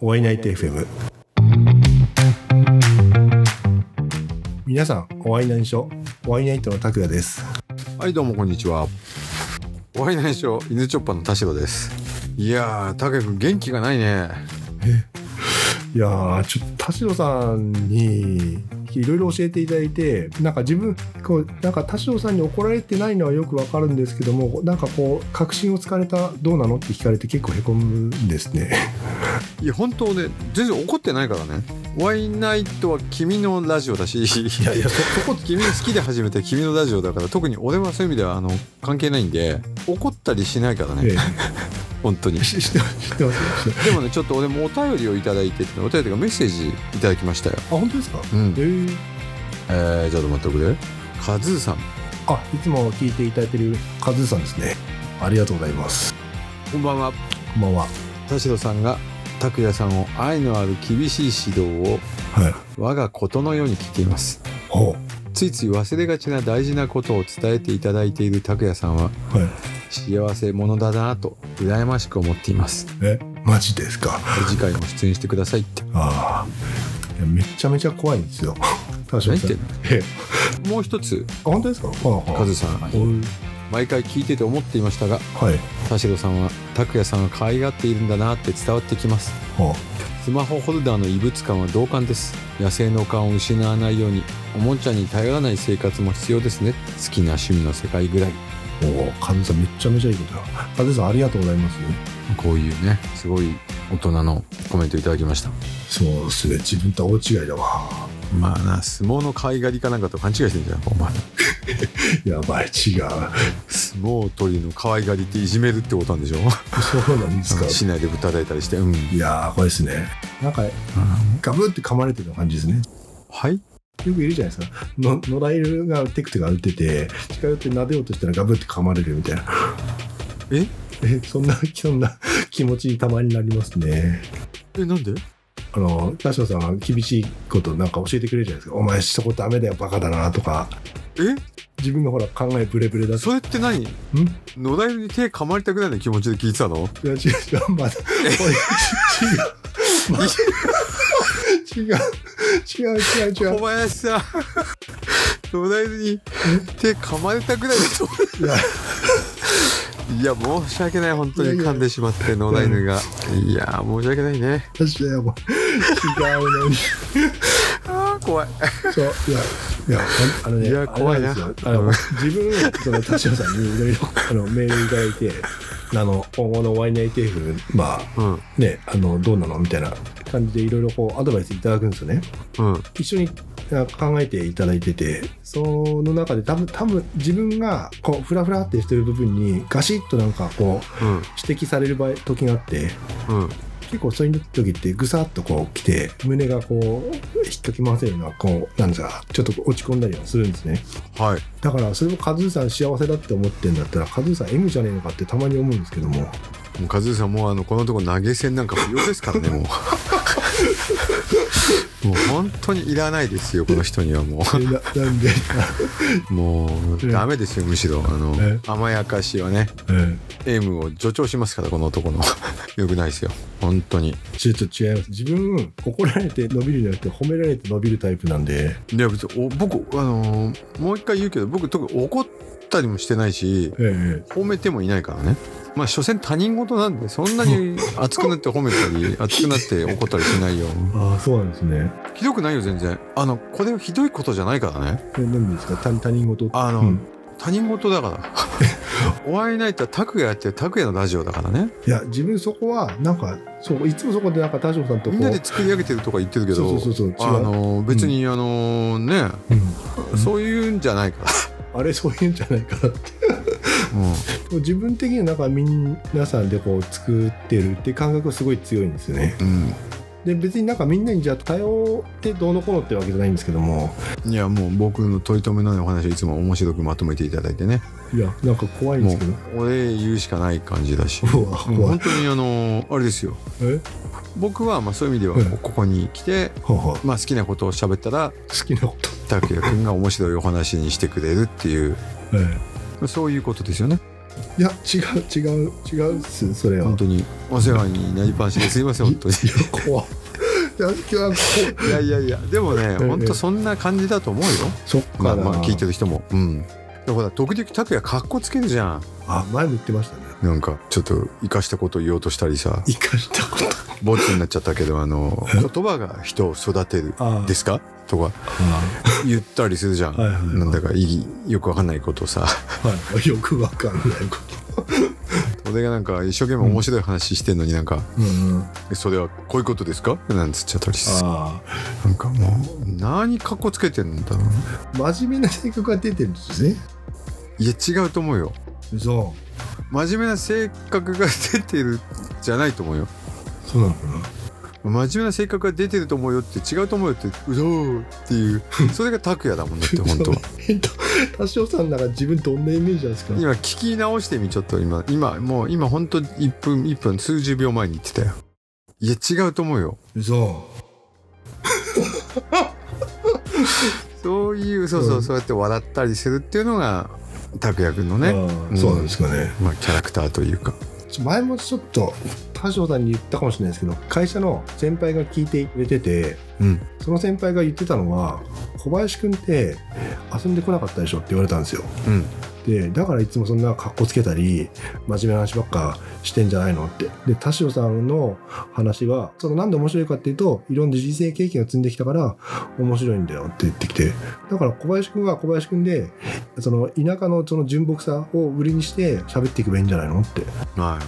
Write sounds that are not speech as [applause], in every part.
お会いナイト FM 皆さんお会いナイトお会いナイトの拓也ですはいどうもこんにちはお会いないしょ犬チョッパーの田代ですいやーたけくん元気がないねいやーちょっと田代さんにいろいろ教えていただいてなんか自分こうなんか田代さんに怒られてないのはよくわかるんですけどもなんかこう確信をつかれたどうなのって聞かれて結構へこむんですねいや本当ね全然怒ってないからねワイナイトは君のラジオだしいやいやそそこ君好きで始めて君のラジオだから特に俺はそういう意味ではあの関係ないんで怒ったりしないからね、え本当にえしして知ってます知ってますでもねちょっと俺もお便りをいただいててお便りがメッセージいただきましたよ、あ本当ですかうんえーえー、ちょっと待ってくれカズーさんあいつも聞いていただいてるカズーさんですねありがとうございますこんばんはこんばんは田代さんが拓也さんを愛のある厳しい指導をはい我がことのように聞いていますほついつい忘れがちな大事なことを伝えていただいている拓也さんはうはい幸せ者だなと羨ましく思っていますえマジですか次回も出演してくださいってああいやめちゃめちゃ怖いんです [laughs] よ田代何言っさんえてんのえもう一つあ本当ですかはあはあカズさんおい毎回聞いてて思っていましたがはい田代さんは拓也さんが可愛がっているんだなって伝わってきますはスマホホルダーの異物感は同感です野生の感を失わないようにおもちゃに頼らない生活も必要ですね好きな趣味の世界ぐらいあおおカズーさんめちゃめちゃいいことだカズーさんありがとうございますこういうねすごい大人のコメントいただきましたそうですね自分とは大違いだわまあな相撲の可愛がりかなんかと勘違いしてんじゃんお前やばい違う相撲取りの可愛がりっていじめるってことなんでしょそうなんですか市内でぶったたいたりしてうんいやー怖いですねなんかガブって噛まれてる感じですねはいよくいるじゃないですか。の野良犬がテクテク歩いてて、近寄って撫でようとしたらガブって噛まれるみたいな。ええ、そんな、そんな気持ちにたまになりますね。えなんであの、田代さんは厳しいことなんか教えてくれるじゃないですか。お前そこダメだよ、バカだなとか。え自分がほら考えブレブレだし。それって何んい野良犬に手噛まれたぐらいの気持ちで聞いてたのや、違う違う、まだ。おい違う。ま違う、違う、違う、違う小。林さん野良犬に手噛まれたぐらいだと思いやういや申し訳ない本当にいやいや噛んでしまって野良犬がいや申し訳ないね私だよ、もう違うのに。あー怖いそういやいやあのねいやあれん怖いなですよあのうん自分その田代さんにいろいろあのメールいただいてあの今後のワイナイテーフまあうんねあのどうなのみたいな感じでいろいろこうアドバイスいただくんですよねうん一緒にあ考えていただいててその中で多分多分自分がこうフラフラってしてる部分にガシッとなんかこううん指摘される場合時があってうん結構そういう時ってぐさっとこう来て胸がこう引っかき回せるのはこうなんですかちょっと落ち込んだりはするんですねはいだからそれもカズーさん幸せだって思ってんだったらカズーさん M じゃねえのかってたまに思うんですけどももう和江さんもうあのこのとこ投げ銭なんか不要ですからね [laughs] もうもう本当にいらないですよこの人にはもえななんで、う [laughs] もうダメですよむしろあのえ甘やかしはね M を助長しますからこの男 [laughs] のよくないですよ本当にちょっと違います自分怒られて伸びるんじゃなくて褒められて伸びるタイプなんでいや別にお僕あのーもう一回言うけど僕特に怒ったりもしてないしええ褒めてもいないからねまあ所詮他人事なんでそん [laughs] なに熱くなって褒めたり熱くなって怒ったりしないよああそうなんですねひどくないよ全然あのこれひどいことじゃないからねえ何ですか他他人事あの、うん他人事 [laughs] だからお会いないと拓也やってる拓也のラジオだからねいや自分そこはなんかそういつもそこでなんか田代さんとこみうんなで作り上げてるとか言ってるけどそうそうそうそう違うあの別に、あのね、うんそういうんじゃない [laughs] から、あれそういうんじゃないかなってうん自分的にはなんか皆さんでこう作ってるって感覚がすごい強いんですよねで別になんかみんなにじゃあ頼ってどうのこうのってわけじゃないんですけどもいやもう僕の取り留めのないお話をいつも面白くまとめていただいてねいやなんか怖いんですもけどうお礼言うしかない感じ [laughs] だしうわもう怖い本当にあのあれですよえ僕はまあそういう意味ではうんここに来て、ははまあ、好きなことを喋ったら好きなこと拓也君が面白いお話にしてくれるっていうえそういうことですよねいや違う違う違うっすそれは本当にお世話になりっぱなしですいません本当に怖っいやいやこういやいやいやでもねええ本当そんな感じだと思うよそっかまな、あまあ聞いてる人もうんだから時々拓也かっこつけるじゃんあ前も言ってましたねなんかちょっと生かしたこと言おうとしたりさ生かしたことボツになっちゃったけどあのえ言葉が人を育てるあですかとか言ったりするじゃんはいはいはいなんだかいいよくわかんないことをさはいよくわかんないこと俺がなんか一生懸命面白い話してんのになんか、うん、うん、あそれはこういうことですかなんつっちゃったりすあなんかもう何かっこつけてんだろうな真面目な性格が出てるんですねいや違うと思うよそ真面目な性格が出てるじゃないと思うようそうなのかな真面目な性格が出てると思うよって違うと思うよってうどーっていう [laughs] それが拓也だもんねって本当はえっと田代さんなら自分どんなイメージなんですか今聞き直してみちょっと今今もう今本当1分1分数十秒前に言ってたよいや違うと思うよそそういうそうそうそうやって笑ったりするっていうのが拓也くんのうね、ああそうなんですかね、まあ、キャラクターというかちょ前もちょっと田代さんに言ったかもしれないですけど会社の先輩が聞いてくれててうんその先輩が言ってたのは小林くんって遊んでこなかったでしょって言われたんですようんでだからいつもそんな格好つけたり真面目な話ばっかしてんじゃないのってで田代さんの話はそのなんで面白いかっていうといろんな人生経験を積んできたから面白いんだよって言ってきてだから小林くんは小林くんでその田舎のその純朴さを売りにして喋っていけばいいんじゃないのってはいは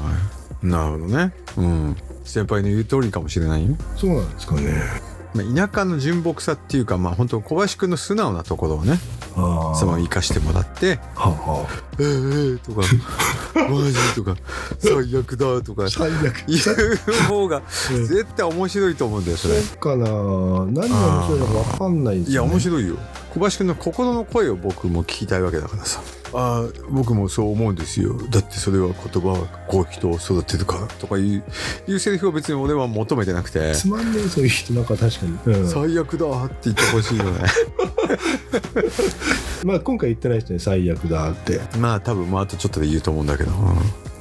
いなるほどねうん先輩の言う通りかもしれないよ、そうなんですかねまあ、田舎の純朴さっていうかまあ本当小林くんの素直なところをねああその生かしてもらってはあは「ええええとか「マジ」とか「最悪だ」[laughs] とかあ [laughs] 最悪言う方がうん絶対面白いと思うんだよそれそうかな何が面白いのか分かんないです、ね、いや面白いよ小林くんの心の声を僕も聞きたいわけだからさああ僕もそう思うんですよだってそれは言葉はこう人を育てるからとかいういうセリフを別に俺は求めてなくてつまんねえそういう人なんか確かに、うん最悪だって言ってほしいよねまあ今回言ってない人に最悪だって [laughs] まあ多分まああとちょっとで言うと思うんだけど、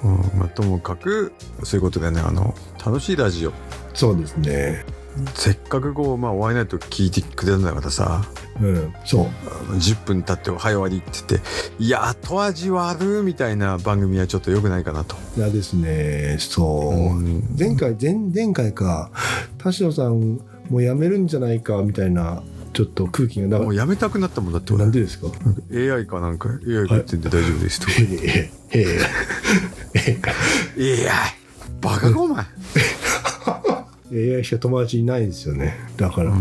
うんうんまあ、ともかくそういうことでねあの楽しいラジオそうですねせっかくこう、まあ、お会いないと聞いてくれるんだからさうんそうあの10分経って「はい終わり」って言って「いや後味悪い」みたいな番組はちょっと良くないかなと。いやですねそう、うん前回前前回か田代さんもうやめるんじゃないかみたいなちょっと空気がなもかっうやめたくなったもんだってたな俺んでですか AI かなんか AI が言ってんで大丈夫ですとえええええ [laughs] AI バカかお前、え AI しか友達いないんですよねだから、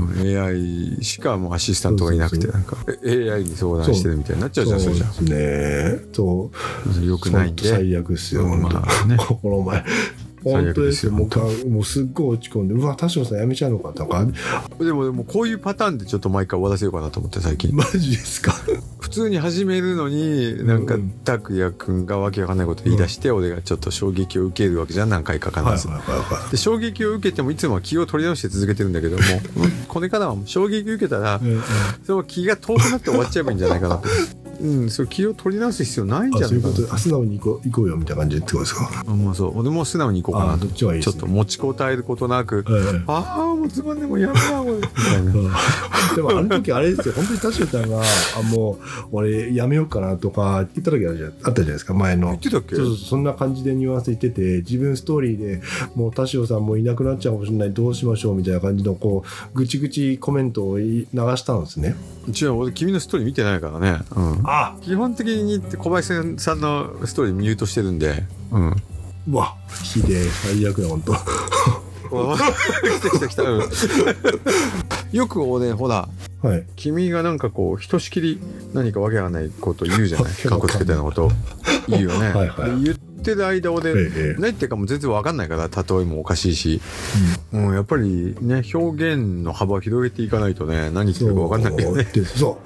AI しかもうアシスタントがいなくてそうなんかえ AI に相談してるみたいになっちゃうじゃんそそうれじゃですねそんようくないんほんとで最悪ですよ、本当ま [laughs] あね心の前最本悪当でですすよよもうかもうすっごい落ち込んでうわ田代さんやめちゃうのかとか [laughs] でもでもこういうパターンでちょっと毎回終わらせようかなと思って最近マジですか普通に始めるのになんかうん拓也くんがわけわかんないこと言い出して、俺がちょっと衝撃を受けるわけじゃん何回か必ず、で衝撃を受けてもいつもは気を取り直して続けてるんだけども [laughs] これからはもう衝撃を受けたらうんうんその気が遠くなって終わっちゃえばいいんじゃないかな [laughs] とうんそう気を取り直す必要ないんじあゃそうないいうかこなとあ素直に行こう行こうよみたいな感じってことですかうんまあそう俺も素直にいこうかなあとどっちがいいちょっと持ちこたえることなくええああもうつまんでもやめなこれみたいなうんでもあの時あれですよ本当に田代さんが「あもう俺やめようかな」とか言った時あるじゃあったじゃないですか前言のっ。てたっけそうそうそんな感じでニュアンス言ってて自分ストーリーでもう田代さんもいなくなっちゃうかもしれないどうしましょうみたいな感じのこうぐちぐちコメントを流したんですね。違う俺君のストーリー見てないからね、うん、あ基本的に小林さんのストーリーミュートしてるんでうんうわひでえ最悪だ本当。わ来た来た来た、うんよく俺ほらはい。君がなんかこうひとしきり何かわけがないこと言うじゃ [laughs] ないわけかわっかこんないつけたようなことを言うよねはいはいで言ってる間俺、えええ何言ってるかも全然わかんないから例えもおかしいし、うん、やっぱりね表現の幅を広げていかないとね何言ってるかわかんないよねそうそ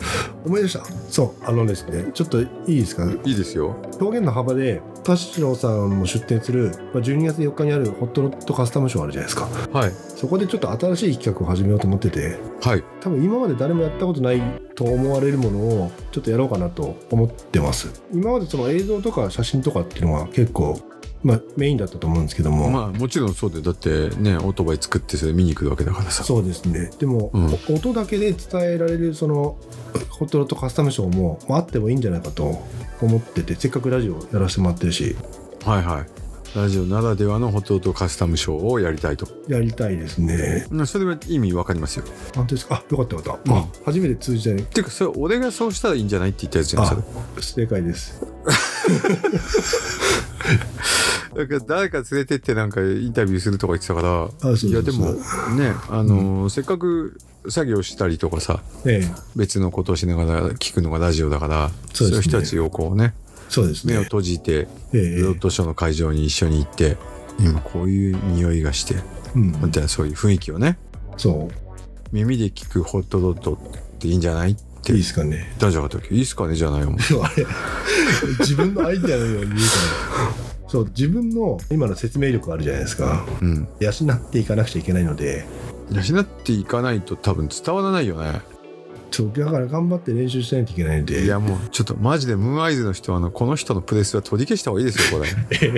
う思い出したそうあのですねちょっといいですかいいですよ表現の幅で田代さんも出店するまあ12月4日にあるホットロットカスタムショーあるじゃないですかはいそそこでちょっと新しい企画を始めようと思っててはい多分今まで誰もやったことないと思われるものをちょっとやろうかなと思ってます今までその映像とか写真とかっていうのは結構、まあ、メインだったと思うんですけども、まあもちろんそうでだってねオートバイ作ってそれ見に来るわけだからさそうですねでも、うんお音だけで伝えられるそのホトロとカスタムショーも、まあ、あってもいいんじゃないかと思っててせっかくラジオやらせてもらってるしはいはいラジオならではのホトロとカスタムショーをやりたいとやりたいですねうんそれは意味わかりますよっ本当ですかあよかったよかった、うんあ初めて通じたねていうかそれ俺がそうしたらいいんじゃないって言ったやつじゃんそれあ正解ですだから誰か連れてってなんかインタビューするとか言ってたからそうそうやでもねあのー、せっかく作業したりとかさええ別のことをしながら聞くのがラジオだからそうですねいう人たちをこうねそうです目をね閉じてええロードショーの会場に一緒に行って今こういう匂いがしてうんみたいなそういう雰囲気をねそ耳で聞くホットドットっていいんじゃないってういいですかねダジャが時いいっすかねじゃないよもうでもあれ自分のアイデアのように言うからそう自分の今の説明力あるじゃないですかうん養っていかなくちゃいけないので養っていかないと多分伝わらないよねそうだから頑張って練習しないといけないのでいやもうちょっとマジでムーンアイズの人あのこの人のプレスは取り消した方がいいですよこれい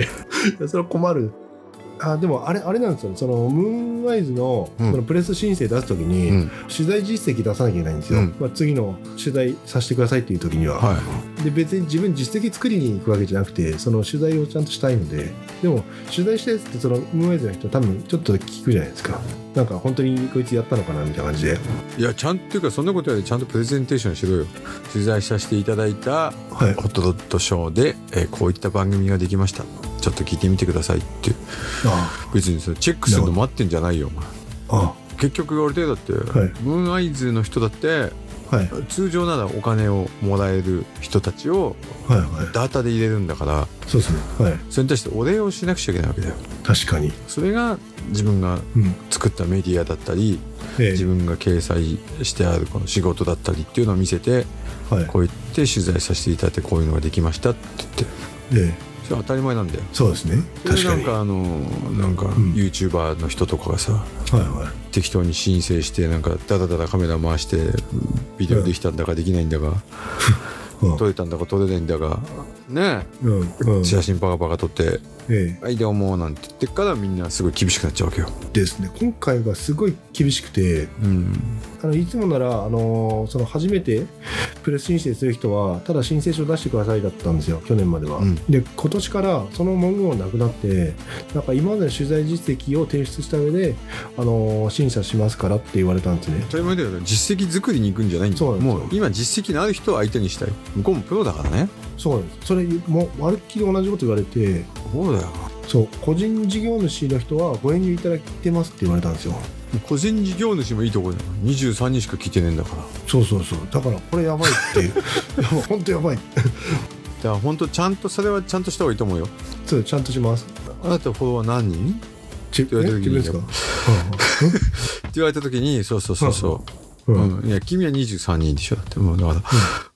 やそれは困るあでもあれあれなんですよねそのムーンワイズのうんそのプレス申請出す時に、うん取材実績出さなきゃいけないんですよ、うんまあ、次の取材させてくださいっていう時には、はいで別に自分実績作りに行くわけじゃなくてその取材をちゃんとしたいのででも取材したやつってそのムーンワイズの人多分ちょっと聞くじゃないですかなんか本当にこいつやったのかなみたいな感じで、いやちゃんっていうかそんなことよりちゃんとプレゼンテーションしろよ取材させていただいたはいホットドットショーで、えーこういった番組ができましたちょっと聞いてみてくださいっていうあ別にそれチェックするの待ってんじゃないよお前あ結局俺だよだって、はいムーンアイズの人だってはい通常ならお金をもらえる人たちをはいはいダータで入れるんだからそうですねはいそれに対してお礼をしなくちゃいけないわけだよ確かにそれが自分がうん作ったメディアだったりええ自分が掲載してあるこの仕事だったりっていうのを見せてはいこう言って取材させていただいてこういうのができましたって言ってええそれは当たり前なんだよそうですねそれ確でかなんにかあのなんかん YouTuber の人とかがさはいはい適当に申請してなんかダダダダカメラ回してビデオできたんだかできないんだか撮れたんだか撮れないんだかねうんうん、うんえ写真パカパカ撮ってえ「はいどうも」なんて言ってからみんなすごい厳しくなっちゃうわけよ。え、ですね今回がすごい厳しくてうんあのいつもなら、あのーその初めてプレス申請する人はただ申請書出してくださいだったんですよ去年までは、うんで今年からその文言はなくなってなんか今までの取材実績を提出した上で、あのー審査しますからって言われたんですね当たり前だよね実績作りに行くんじゃないんだそようなんですよもう今実績のある人を相手にしたい向こうもプロだからねそうなんですそれもうまるっきり同じこと言われてそうだよそう個人事業主の人はご遠慮いただいてますって言われたんですよ個人事業主もいいところだよ23人しか聞いてねえんだからだかそうそうそうだからこれやばいって [laughs] いういや本当やばいら本当ちゃんとそれはちゃんとした方がいいと思うよそうちゃんとしますあなたフォロワー何人ちえ言われた自時に分ですか、うんうんって言われた時にそうそうそうそうう、んうんいや君は23人でしょだってもうだか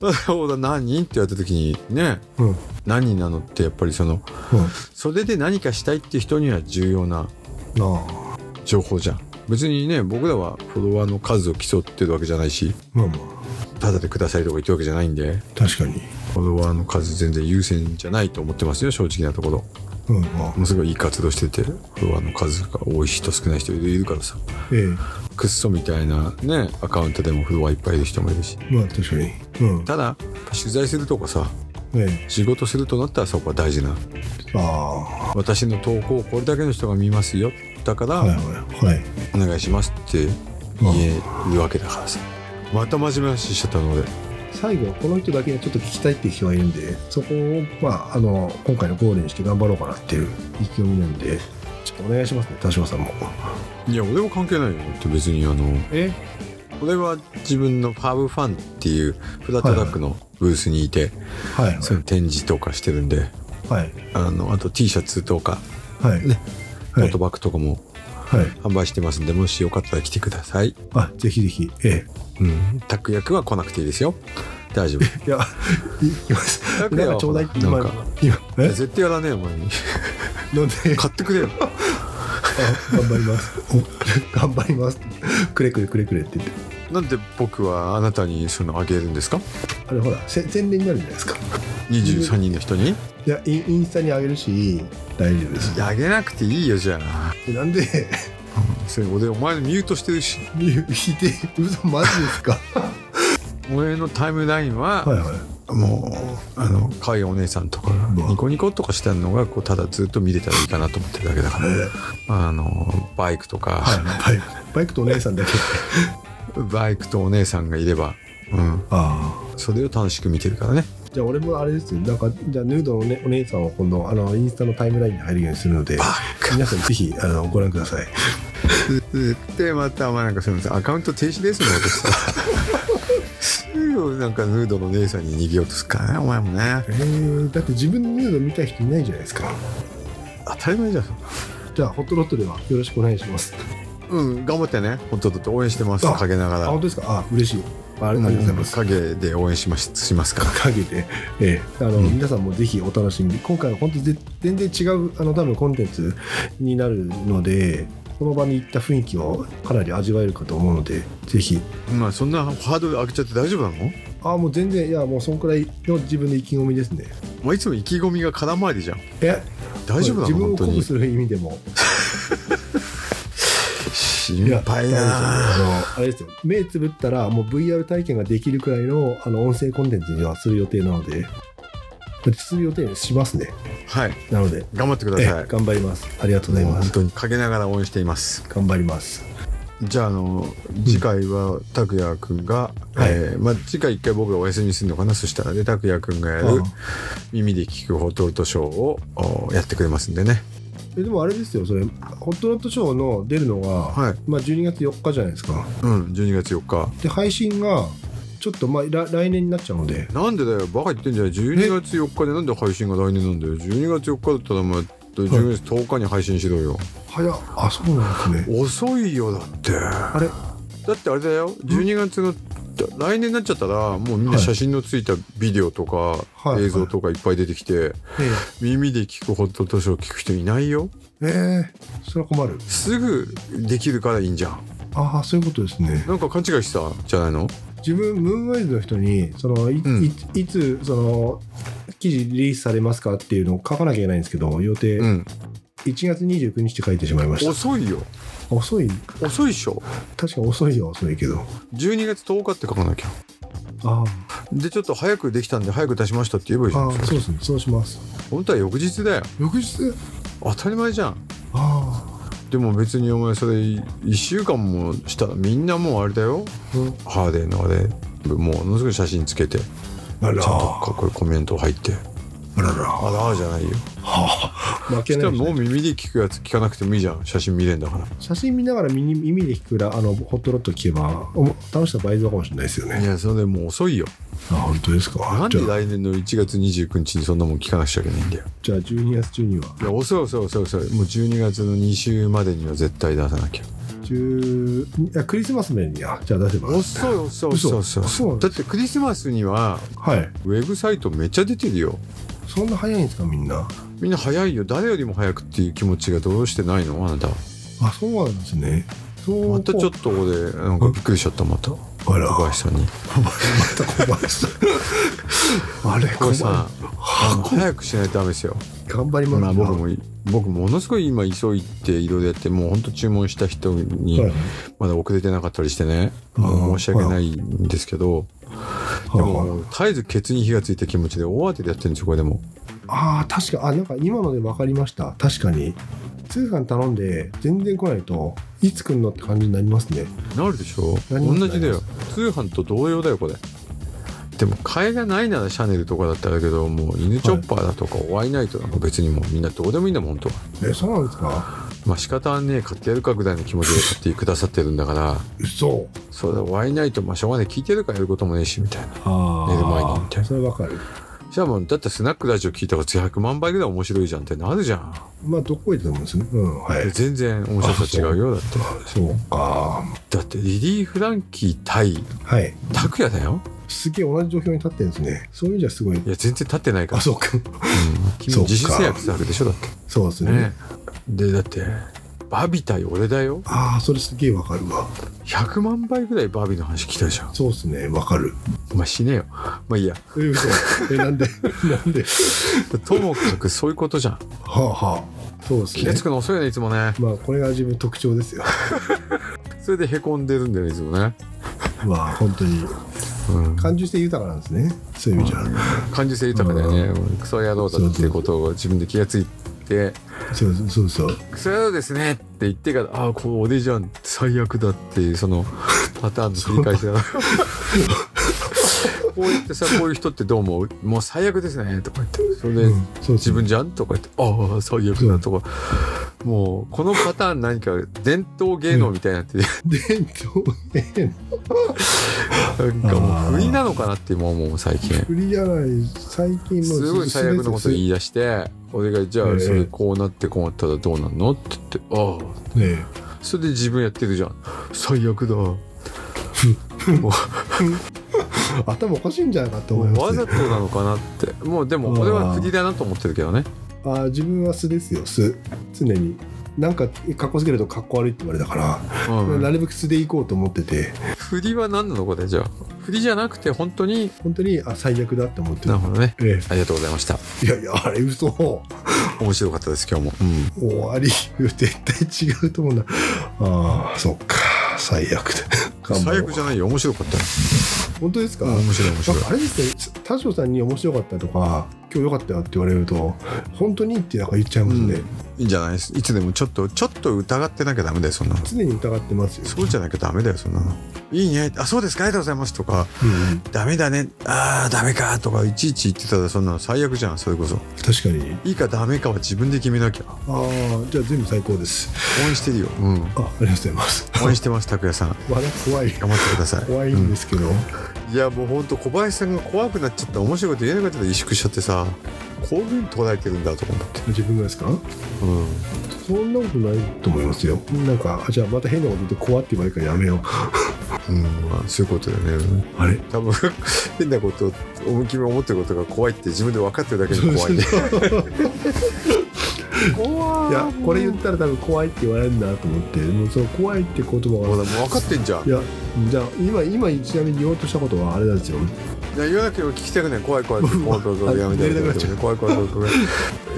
ら「なるほど何人?」って言われた時にねうんうん何人なのってやっぱりそのそれで何かしたいって人には重要なああ情報じゃん別にね僕らはフォロワーの数を競ってるわけじゃないしまあまただでくださいとか言ってるわけじゃないんであ確かにフォロワーの数全然優先じゃないと思ってますよ正直なところもうんまあのすごいいい活動しててフォロワーの数が多い人少ない人いるからさえクッソみたいなねアカウントでもフォロワーいっぱいいる人もいるしえまあ確かにうんただ取材するとかさええ仕事するとなったらそこは大事なあ私の投稿をこれだけの人が見ますよだかあはいらはいはいお願いしますって言えるわけだからさまた真面目な話しちゃったので最後この人だけちょっと聞きたいっていう人がいるんでそこをまああの今回のゴールにして頑張ろうかなっていう意気込みなんでちょっとお願いしますね田代さんもいや俺は関係ないよって別にあのえ俺は自分のファブファンっていうフラットダックのブースにいて、はいそういう展示とかしてるんではいあのあと T シャツとかはいねはノいートバッグとかもはい販売してますんで、もしよかったら来てください、あぜひぜひえうん、タック役は来なくていいですよ大丈夫 [laughs] えいやいいきますななんんかかちょうだいって今なんか今え [laughs] 絶対やらねえよお前になんで買ってくれよあ頑張りますお頑張りますくれくれくれくれって言ってなんで僕はあなたにそのあげるんですかあれほらせ宣伝になるじゃないですか23人の人にいやインインスタにあげるし大丈夫ですいやあげなくていいよじゃあえなんでそれ俺お前ミュートしてるし見て嘘マジですか俺のタイムラインは、はいはいもうあの可愛いお姉さんとかがうわニコニコとかしてるのがこうただずっと見れたらいいかなと思ってるだけだから、えあのバイクとか、はいバイクバイクとお姉さんだけバイクとお姉さんがいれば、うん、ああそれを楽しく見てるからねじゃあ俺もあれですよなんかじゃあヌードのお,、お姉さんを今度あのインスタのタイムラインに入るようにするので皆さんぜひあのご覧くださいでまたお前なんかそのアカウント停止ですもんってさすぐなんかヌードの姉さんに逃げようとするからねお前もねえー、だって自分のヌード見た人いないじゃないですか当たり前じゃんそんなじゃあホットロットではよろしくお願いしますうん頑張ってね本当だって応援してますあ陰ながあら本当ですかあ嬉しいあありがとうございます陰で応援しますしますから陰で、ええあのうん皆さんもぜひお楽しみに今回は本当ぜ全然違うあの多分コンテンツになるのでその場に行った雰囲気をかなり味わえるかと思うのでぜひまあそんなハードル上げちゃって大丈夫なのああもう全然いやもうそんくらいの自分の意気込みですねもういつも意気込みが空回りじゃんえ大丈夫な自分の本を当鼓舞にする意味でも心配いやだあなのあれですよ目つぶったらもう VR 体験ができるくらいのあの音声コンテンツにはする予定なのでだってする予定にしますねはいなので頑張ってくだえさえい頑張りますありがとうございもうま本す当に陰ながら応援しています頑張りますじゃああの次回は拓也くんが、はいえーまあ、次回一回僕がお休みするのかなそしたらで拓也くんがやるうん耳で聞くホトルトショーをおやってくれますんでねえでもあれですよそれホットロットショーの出るのが、はいまあ、12月4日じゃないですかうん12月4日で配信がちょっとまあ来来年になっちゃうのでなんでだよバカ言ってんじゃない12月4日でなんで配信が来年なんだよ12月4日だったらもう12月10日に配信しろよ、早っあそうなんですね遅いよだってだあれってあれだよ12月の来年になっちゃったらもうみんな写真のついたビデオとかはい映像とかいっぱい出てきて、耳で聞くホット図書を聞く人いないよええそれは困るすぐできるからいいんじゃんああそういうことですねなんか勘違いしたじゃないの自分ムーンアイズの人にそのい,い、うんいつその記事リリースされますかっていうのを書かなきゃいけないんですけど予定、うん1月29日って書いてしまいました遅いよ遅い遅いっしょ確か遅いよ遅いけど12月10日って書かなきゃあでちょっと早くできたんで早く出しましたって言えばいいあじゃあんあそうですねそうします本当は翌日だよ翌日当たり前じゃんあでも別にお前それ1週間もしたらみんなもうあれだよあうんハーデーのあれもうものすごい写真つけてちあゃらんとかっこいいコメント入ってあららあらーじゃないよはあ負そけしなたいらですもうね耳で聞くやつ聞かなくてもいいじゃん写真見れんだから写真見ながら耳耳で聞くらあのホットロット聞けばおも楽しさ倍増かもしれないですよいねやそれでもう遅いよあ本当ですかなんでじゃあ来年の1月29日にそんなもん聞かなくちゃいけないんだよじゃあ12月中にはいや遅い遅い遅い遅いもう12月の2週までには絶対出さなきゃ10いやクリスマスまでにあじゃあ出せば遅い遅い遅い遅い嘘だってクリスマスにははいウェブサイトめっちゃ出てるよそんな早いんですかみんなみんな早いよ誰よりも早くっていう気持ちがどうしてないのあなたあそうなんですねそうまたちょっととここでなんかびっくりしちゃったまたあら [laughs] 小林さんにまた小林さんあれ小林さん小林あの早くしないとダメですよ頑張りますまあ僕も僕ものすごい今急いでいろいろやってもうほんと注文した人にはいまだ遅れてなかったりしてね、うん申し訳ないんですけど、でももう絶えずケツに火がついた気持ちで大慌てでやってるんですよこれでもああ確かあなんか今ので分かりました確かに通販頼んで全然来ないといつ来んのって感じになりますねなるでしょなります同じだよ通販と同様だよこれでも替えがないならシャネルとかだったらだけどもう犬チョッパーだとかおワイナイトなんか別にもうみんなどうでもいいんだもん本当はえそうなんですかまあ仕方ねえ買ってやるかぐらいの気持ちで買ってくださってるんだから嘘そうだワイナイトまあしょうがない聞いてるからやることもねえしみたいなあ寝る前にみたいなそれ分かるじゃあもうだってスナックラジオ聞いた方が100万倍ぐらい面白いじゃんってなるじゃんまあどこへでもですねうんはい全然面白さ違うよだってそうかだってリリー・フランキー対はい拓也だよすげえ同じ状況に立ってるんですねそういう意味じゃすごいいや全然立ってないからあそうかうん君そうか自主制約するわけでしょだってそうですねでだってバビ対俺だよああそれすげえわかるわ100万倍ぐらいバビの話聞いたじゃんそうですねわかるお前死ねよまあいいやえ嘘 [laughs] えなんでなんでともかくそういうことじゃんはあはあそうです気がね付くの遅いよねいつもねまあこれが自分特徴です [laughs] よそれでへこんでるんだよねいつもね、まあ本当にうん、感受性豊かなんですねそういう意味じゃ感受性豊かだよね、クソ野郎だってことを自分で気が付いてそうそうそうそうクソ野郎ですねって言ってからああこれ俺じゃん最悪だっていうそのパターンの繰り返しだな [laughs] こうやってさこういう人ってどう思うもう最悪ですねとか言ってそれで、うんそうそう自分じゃんとか言ってああ最悪だとかもうこのパターン何か伝統芸能みたいになってて、伝統芸能なんかもう不利なのかなって今思う最近振りじゃない最近もうすごい最悪のこと言い出して俺が「じゃえあえそれこうなってこうなったらどうなんの?」って言って「ああねそれで自分やってるじゃん最悪だ」もえ頭おかしいんじゃないかと思いうまわす、ざね、となのかなってもうでもああ俺は不利だなと思ってるけどねあー自分は素ですよ素常になんかかっこつけるとかっこ悪いって言われたから、うんなるべく素でいこうと思ってて不利は何なのかねじゃあ不利じゃなくて本当に本当にあ最悪だって思ってなるるほどねえありがとうございましたえいやいやあれ嘘面白かったです今日も、うん終わり絶対違うと思うなあーそっか最悪だ最悪じゃゃないよ面白かったよ本当ですか、面白い面な白んいかあれですね田代さんに面白かったとか今日良かったよって言われると本当にってなんか言っちゃいますね、うんいいんじゃないですいつでもちょっとちょっと疑ってなきゃダメだよそんなの常に疑ってますよ、そうじゃなきゃダメだよそんなのいいねあそうですかありがとうございますとかうん、ダメだねあーダメかとかいちいち言ってたらそんなの最悪じゃんそれこそ確かにいいかダメかは自分で決めなきゃああじゃあ全部最高です応援してるよ、うああん、りがとうございます応援してます拓也さんわなんか怖い頑張ってください怖いんですけど、うんいやもうほんと小林さんが怖くなっちゃった面白いこと言えなかったら萎縮しちゃってさこういうふうに捉えてるんだとか思って、自分がですかうん、そんなことないと思いますよなんかあじゃあまた変なこと言って怖って言われるからやめよううんまあ、そういうことだよねあれ多分変なこと思いっきり思ってることが怖いって自分で分かってるだけで怖いね怖いやこれ言っもたら多分怖いって言われるなと思ってもうその怖いって言うも葉う分かってんじゃんがいやじゃあ今今ちなみに言おうとしたことはあれなんですよいや言わなければ聞きたくない怖い怖い怖い怖い怖い怖いやめてやめてやめて怖い怖い怖い怖い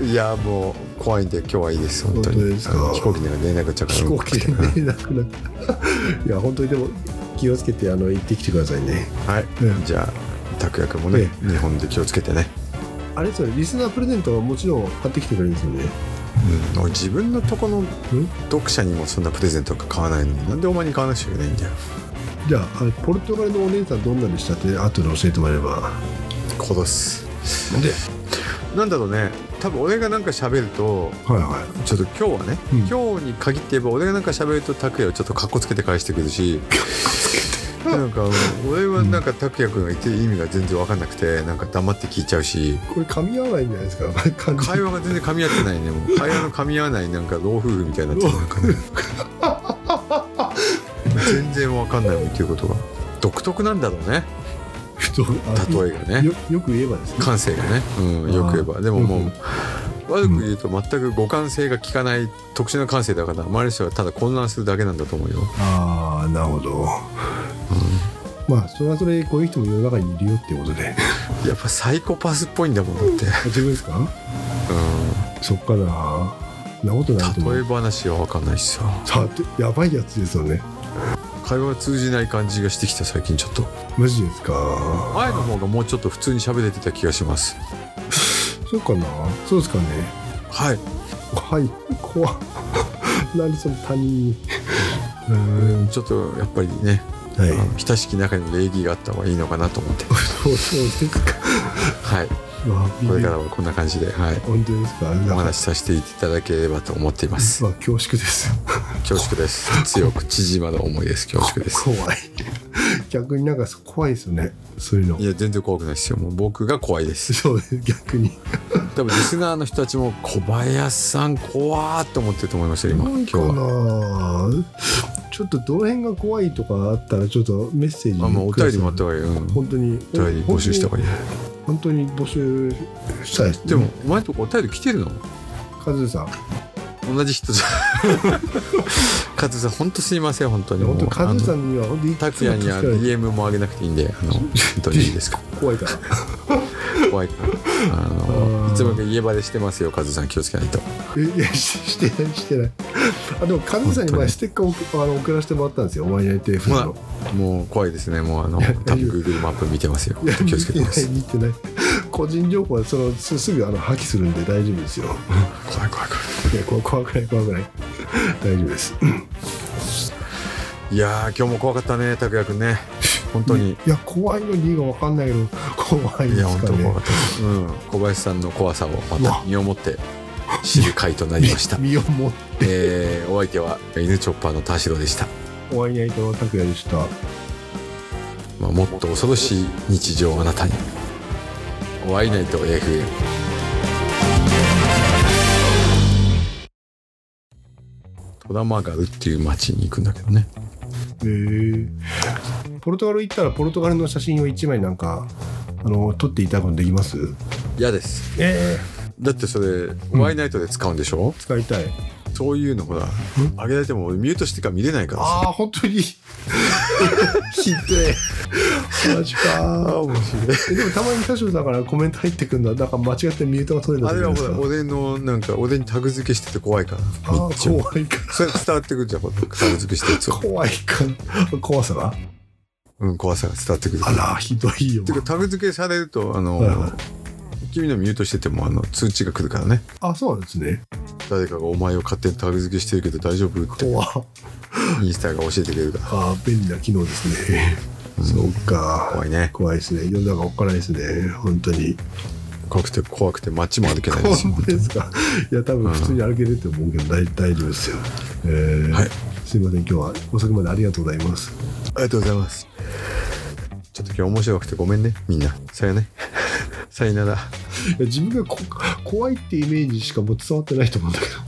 いやもう怖いんで今日はいいです本当に本当ですかあの飛行機の中で寝なくちゃから飛行機で寝れなくなった [laughs] いや本当にでも気をつけてあの行ってきてくださいねはい、うんじゃあ拓也君もね、日本で気をつけてね、あれですよねリスナープレゼントはもちろん買ってきてくれるんですよねうん、俺自分のとこの読者にもそんなプレゼントとか買わないのになんでお前に買わなくちゃいけないんだよじゃああのポルトガルのお姉さんどんなでしたって後で教えてもらえれば殺すでなんだろうね多分俺がなんか喋るとはいはちょっと今日はね、うん今日に限って言えば俺がなんか喋ると拓也はちょっとかっこつけて返してくるしなんか俺はなんか拓也君が言ってる意味が全然分かんなくてなんか黙って聞いちゃうしいこれ噛み合わないんじゃないですか感じ会話が全然噛み合ってないねもう会話の噛み合わないなんか老夫婦みたいになってるなんかね全然分かんないもんっていうことが独特なんだろうねふと例えがねよよく言えばですね感性がね、うん、よく言えばでももう、うん悪く言うと全く互換性が効かない特殊な感性だから周りの人はただ混乱するだけなんだと思うよああなるほど、まあそれはそれこういう人も世の中にいるよっていうことで [laughs] やっぱサイコパスっぽいんだもんだって、自分ですかそっかなそんなことないと思うん、例えう話は分かんないしささてやばいやつですよね会話が通じない感じがしてきた最近ちょっとマジですか前の方がもうちょっと普通に喋れてた気がしますそうかなそうですかねはいはい [laughs] 怖っ何その他人にうーんちょっとやっぱりね、はいあの親しき中に礼儀があった方がいいのかなと思 [laughs] ってそうそうですかはいまあビこれビかるらはこんな感じで、はい、本当ですかなんおか話しさせていただければと思っていますまあ恐縮です恐縮です強く縮まる思いです恐縮です怖い [laughs] 逆になんか怖いですよねそういうのいや全然怖くないですよもう僕が怖いですそうです逆に多分リスナーの人たちも小林さん怖ーって思ってると思いますよ今今日かはなちょっとどの辺が怖いとかあったらちょっとメッセージあもうお便りもあっくたださ方がいい、うん、い本当にお便り募集した方がいい本当に本当に募集したいすねでもお前のとこお便り来てるのカズーさん同じ人じゃ [laughs] カズさん本当すいません本当に本当にもうカズさんには本当にいつあもの拓也には助けられて DM も上げなくていいんであの本当にいいですか怖いから怖いから [laughs] ああのーいつもより家バレしてますよカズさん気をつけないとえいやししてないしてないあでもカズさんに本当前にステッカーを送あの送らせてもらったんですよ「お前やりてえふほのらもう怖いですねもうあの多分 Google マップ見てますよいや見気てをつけてまなすい見てない個人情報はそのすすぐあの破棄するんで大丈夫ですよ怖い怖い怖いいやこ怖くない怖くない大丈夫ですいやー今日も怖かったね拓也く [laughs] んね本当にいや怖いのにが分かんないけど怖いいでや本すか当に怖かねったです、うん、小林さんの怖さをまうたわ身をもって知る回となりました身をもってえー、お相手は犬チョッパーの田代でした、お会いに相手の拓也でしたまあ、もっと恐ろしい日常をあなたにお会いないと AFM「トラマガル」っていう町に行くんだけどねへえポルトガル行ったらポルトガルの写真を1枚なんかあの撮っていただくのできます嫌ですええだってそれ「んワイナイト」で使うんでしょ、使いたいそういうのほらあげられても俺ミュートしてから見れないからさああ本当にひどいマジあか面白いえでもたまに田代さんからコメント入ってくるのはなんか間違ってミュートが取れたあじゃれないはでほすらか俺のなんか俺にタグ付けしてて怖いからあめっちゃー怖いかそれ伝わってくるじゃんこのタグ付けしたやつは怖いか怖さがうん怖さが伝わってくるあらひどいよてかタグ付けされるとあの、はいは君のミュートしててもあの通知が来るからねあそうなんですね誰かがお前を勝手にタグ付けしてるけど大丈夫って怖インスタが教えてくれるからあー便利な機能ですねそうか怖いね怖いですね世の中おっかないですね本当に怖くて怖くて街も歩けないですよ本当ですかいや多分普通に歩けると思うけど大大丈夫ですよ、えーはいすいません今日は遅くまでありがとうございますありがとうございますちょっと今日面白くてごめんねみんなさよねさよならいや自分がこ怖いってイメージしかもう伝わってないと思うんだけど